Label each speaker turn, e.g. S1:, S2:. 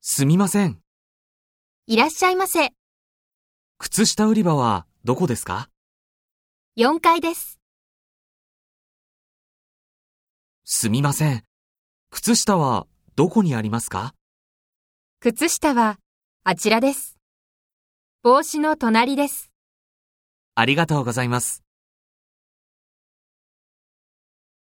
S1: すみません。
S2: いらっしゃいませ。
S1: 靴下売り場はどこですか
S2: 4階です。
S1: すみません。靴下はどこにありますか
S2: 靴下は、あちらです。帽子の隣です。
S1: ありがとうございます。